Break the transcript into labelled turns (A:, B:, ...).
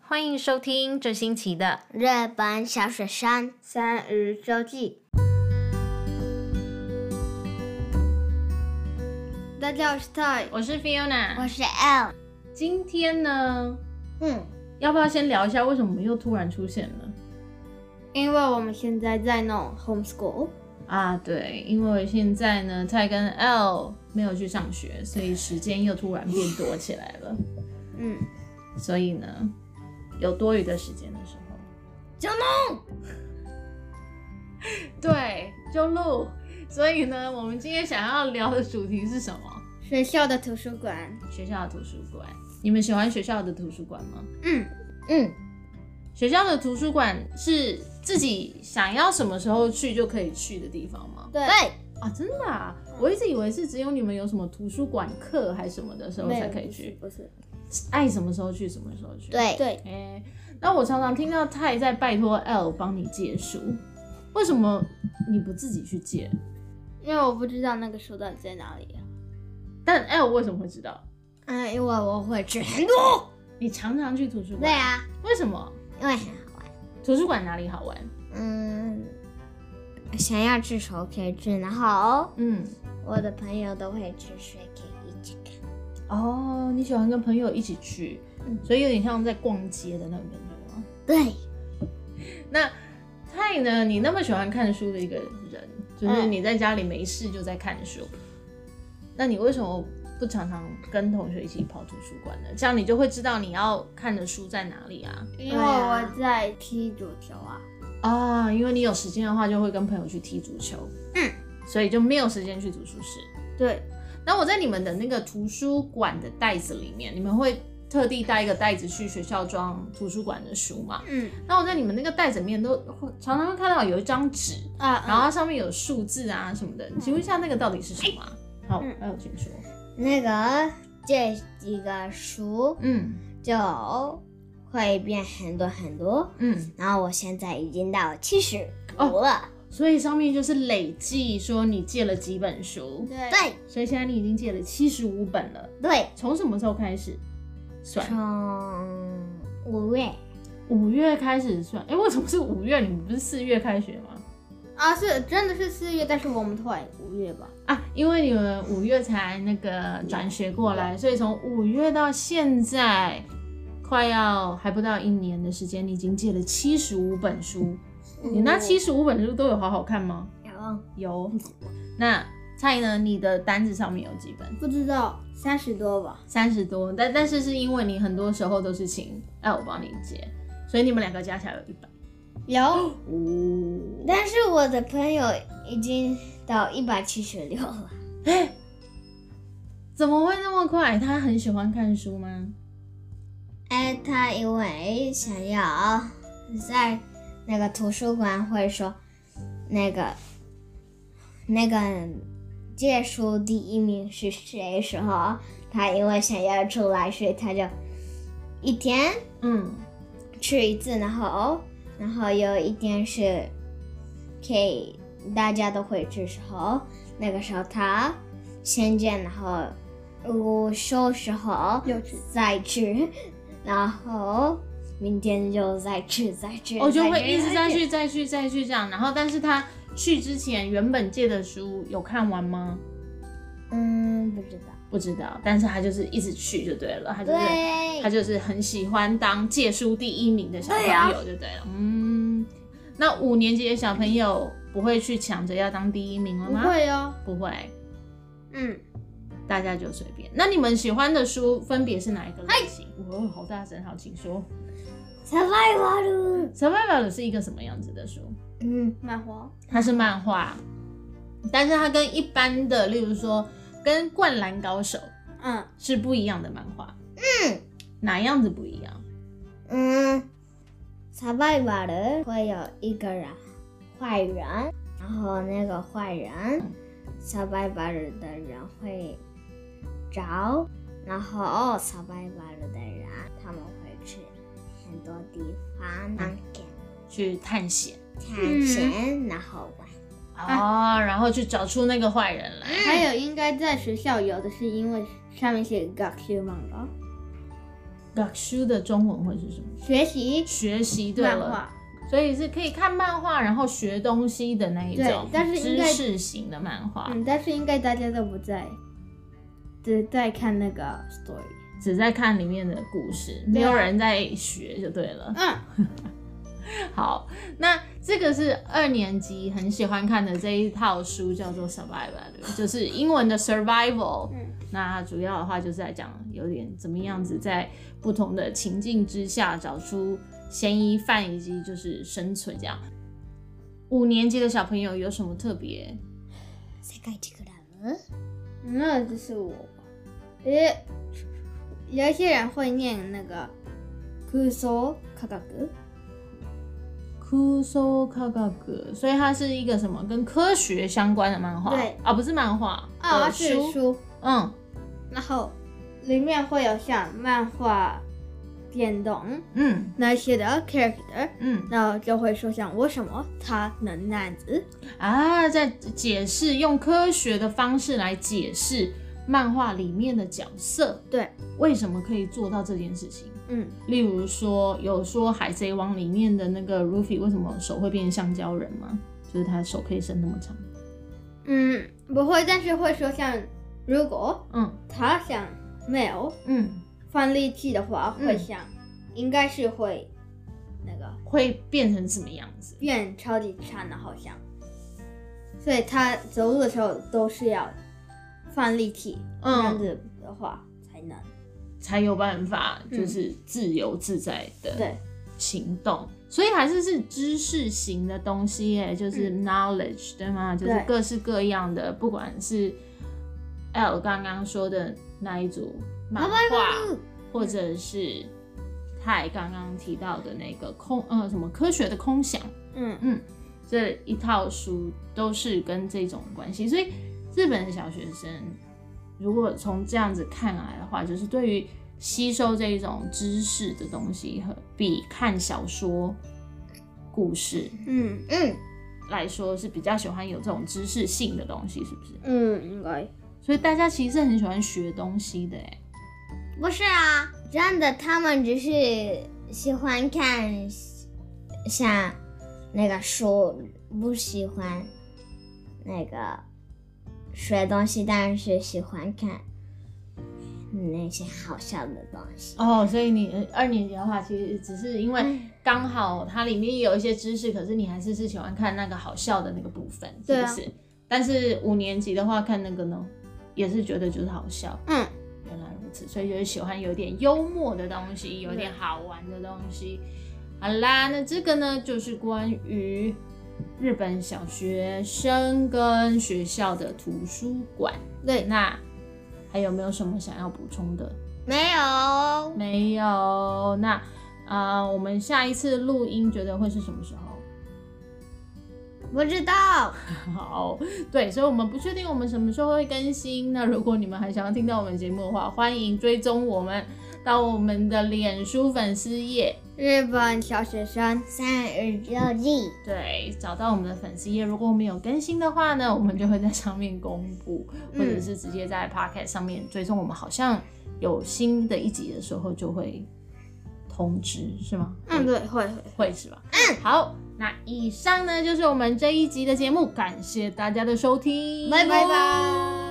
A: 欢迎收听这星期的
B: 日本小雪山三日周记。
C: 大家好，我是泰。
A: 我是
B: 我
A: Fiona。
B: 是 L，
A: 今天呢，
B: 嗯，
A: 要不要先聊一下为什么我们又突然出现了？
C: 因为我们现在在弄 homeschool，
A: 啊，对，因为现在呢，蔡跟 L 没有去上学，所以时间又突然变多起来了。
C: 嗯，
A: 所以呢，有多余的时间的时候，
B: 就
A: 弄。 对，就录。所以呢，我们今天想要聊的主题是什么？
C: 学校的图书馆，
A: 学校的图书馆。你们喜欢学校的图书馆吗？
C: 嗯，
B: 嗯，
A: 学校的图书馆是自己想要什么时候去就可以去的地方吗？
C: 对，
B: 对，
A: 啊，真的啊！我一直以为是只有你们有什么图书馆课还是什么的时候
C: 没
A: 才
C: 有
A: 可以去，
C: 不是，
A: 爱什么时候去什么时候去。
B: 对，
C: 对，
A: 哎、那我常常听到泰在拜托 L 帮你借书，为什么你不自己去借？
C: 因为我不知道那个书到底在哪里、
A: 但 L 为什么会知道？
B: 嗯，因为我会 吃很多。
A: 你常常去图书
B: 对
A: 馆，
B: 啊，
A: 为什么？
B: 因为很好玩。
A: 图书馆哪里好玩？
B: 嗯，想要吃手可以吃，然后
A: 嗯，
B: 我的朋友都会吃水可以一起看。
A: 哦，你喜欢跟朋友一起去，所以有点像在逛街的那种感觉吗？
B: 对，
A: 那泰呢？你那么喜欢看书的一个人，就是你在家里没事就在看书，那你为什么不常常跟同学一起跑图书馆呢？这样你就会知道你要看的书在哪里啊。
C: 因为我在踢足球啊，
A: 啊，因为你有时间的话，就会跟朋友去踢足球，
C: 嗯，
A: 所以就没有时间去读书室。
C: 对，
A: 那我在你们的那个图书馆的袋子里面，你们会特地带一个袋子去学校装图书馆的书嘛？
B: 啊
C: 嗯
A: 那我在你们那个袋子里面都会常常会看到有一张纸，
C: 啊，
A: 然后它上面有数字啊什么的，请问一下那个到底是什么啊？好，
C: 嗯
A: 还有请说。
B: 那个这几个书
A: 嗯
B: 就会变很多很多。
A: 嗯，
B: 然后我现在已经到七十五
C: 哦
B: 了，
A: 所以上面就是累计说你借了几本书，
C: 对
B: 对
A: 所以现在你已经借了七十五本了。
B: 对，
A: 从什么时候开始算？
B: 从五月
A: 五月开始算，哎、为什么是五月？你们不是四月开学吗？
C: 啊，是真的是四月，但是我们退五月吧，
A: 啊，因为你们五月才那个转学过来，所以从五月到现在，快要还不到一年的时间，你已经借了七十五本书。你那七十五本书都有好好看吗？有。那蔡呢？你的单子上面有几本？
C: 不知道三十多吧，
A: 三十多，但但是是因为你很多时候都是请哎我帮你借，所以你们两个加起来有一百。
B: 有，
A: 哦，
B: 但是我的朋友已经到一百七十六了，
A: 哎怎么会那么快？他很喜欢看书吗？
B: 哎，他因为想要在那个图书馆会说那个那个借书第一名是谁时候，他因为想要出来，所以他就一天
A: 嗯，
B: 吃一次，然后哦然后有一点是可以大家都会吃时候，那个时候他先见，然后午休时候
C: 又吃
B: 再吃，然后明天就再吃再吃，
A: 哦我就
B: 再
A: 会
B: 吃
A: 一直再。
B: 吃
A: 去、再去、再去这样。然后，但是他去之前原本借的书有看完吗？
B: 嗯，不知道。
A: 不知道，但是他就是一直去就对了，他就是
B: 对
A: 他，就是很喜欢当借书第一名的小朋友就对了。嗯，那五年级的小朋友不会去抢着要当第一名了
C: 不
A: 吗？
C: 会哦，
A: 不会，
C: 嗯，
A: 大家就随便。那你们喜欢的书分别是哪一个类型？哦，好大声，好，请说。
B: survival。
A: Survival 是一个什么样子的书？
B: 嗯，
C: 漫画，
A: 它是漫画，但是它跟一般的，例如说跟《灌篮高手》
C: 嗯，
A: 是不一样的漫画。嗯，哪样子不一样？
B: 嗯，survival 会有一个人坏人，然后那个坏人 survival 的人会找，然后 survival 的人他们会去很多地方当探
A: 去探险
B: 探险，然后玩。
C: 啊
A: 哦，然后去找出那个坏人来。
C: 还有应该在学校有的是因为上面写 g a k u manga，
A: 学习的中文会是什么？
C: 学习
A: 学习对
C: 漫
A: 了，
C: 画，
A: 所以是可以看漫画，然后学东西的那一种
C: 对，但是应
A: 知
C: 该
A: 识型的漫画，
C: 嗯，但是应该大家都不在，只在看那个 story。
A: 只在看里面的故事，
C: 啊
A: 没有人在学就对了。
C: 嗯，
A: 好，那这个是二年级很喜欢看的这一套书，叫做《Survival》，就是英文的 Survival。
C: 嗯
A: 那它主要的话就是在讲有点怎么样子在不同的情境之下找出嫌疑犯以及就是生存这样。五年级的小朋友有什么特别？
B: 世界一比べ
C: 嗯那就是我。诶，有一些人会念那个空想科学，
A: 哭搜卡卡格，所以它是一个什么跟科学相关的漫画？
C: 对
A: 啊，不是漫画，
C: 啊，
A: 呃
C: 是书，
A: 嗯
C: 然后里面会有像漫画、电动
A: 嗯
C: 那些的 character，
A: 嗯
C: 然后就会说像为什么他能那样子，
A: 啊，在解释用科学的方式来解释漫画里面的角色
C: 对，
A: 为什么可以做到这件事情。
C: 嗯，
A: 例如说，有说《海贼王》里面的那个 Luffy 为什么手会变橡胶人吗？就是他手可以伸那么长。
C: 嗯，不会，但是会说像，如果
A: 嗯
C: 他想没有
A: 嗯，
C: 放力气的话，
A: 嗯
C: 会想，应该是会那个
A: 会变成什么样子？
C: 变超级差的，好像，所以他走路的时候都是要放力气，
A: 嗯
C: 这样子的话才能。
A: 才有办法
C: 嗯
A: 就是自由自在的
C: 对，
A: 行动。所以还是是知识型的东西耶，就是 knowledge、对吗？就是
C: 对
A: 各式各样的，不管是 L 刚刚说的那一组漫画，或者是泰刚刚提到的那个空呃什么科学的空想。
C: 嗯，
A: 这一套书都是跟这种关系，所以日本的小学生如果从这样子看来的话，就是对于吸收这一种知识的东西，和比看小说故事
C: 嗯
B: 嗯，
A: 来说是比较喜欢有这种知识性的东西，是不是？
C: 嗯，应该
A: 所以大家其实是很喜欢学东西的，哎，
B: 不是啊，真的，他们只是喜欢看像那个书，不喜欢那个学东西，但是喜欢看那些好笑的东西。
A: 哦，所以你呃二年级的话，其实只是因为
B: 嗯
A: 刚好它里面有一些知识，可是你还是是喜欢看那个好笑的那个部分，是
C: 对
A: 不
C: 啊
A: 是？但是五年级的话，看那个呢，也是觉得就是好笑，
C: 嗯，
A: 原来如此，所以就是喜欢有点幽默的东西，有点好玩的东西。好啦，那这个呢，就是关于日本小学生跟学校的图书馆。
C: 对
A: 那还有没有什么想要补充的？
B: 没有，
A: 没有。那啊、呃我们下一次录音觉得会是什么时候？
B: 不知道。
A: 好，对，所以我们不确定我们什么时候会更新。那如果你们还想要听到我们节目的话，欢迎追踪我们到我们的脸书粉丝页，
C: 日本小学生，
B: 三日周记，
A: 对，找到我们的粉丝页。如果我们有更新的话呢，我们就会在上面公布，或者是直接在 Pocket 上面追踪。我们好像有新的一集的时候就会通知，是吗？
C: 嗯，对，会会，
A: 会是吧？嗯，好，那以上呢就是我们这一集的节目，感谢大家的收听，
B: 拜拜。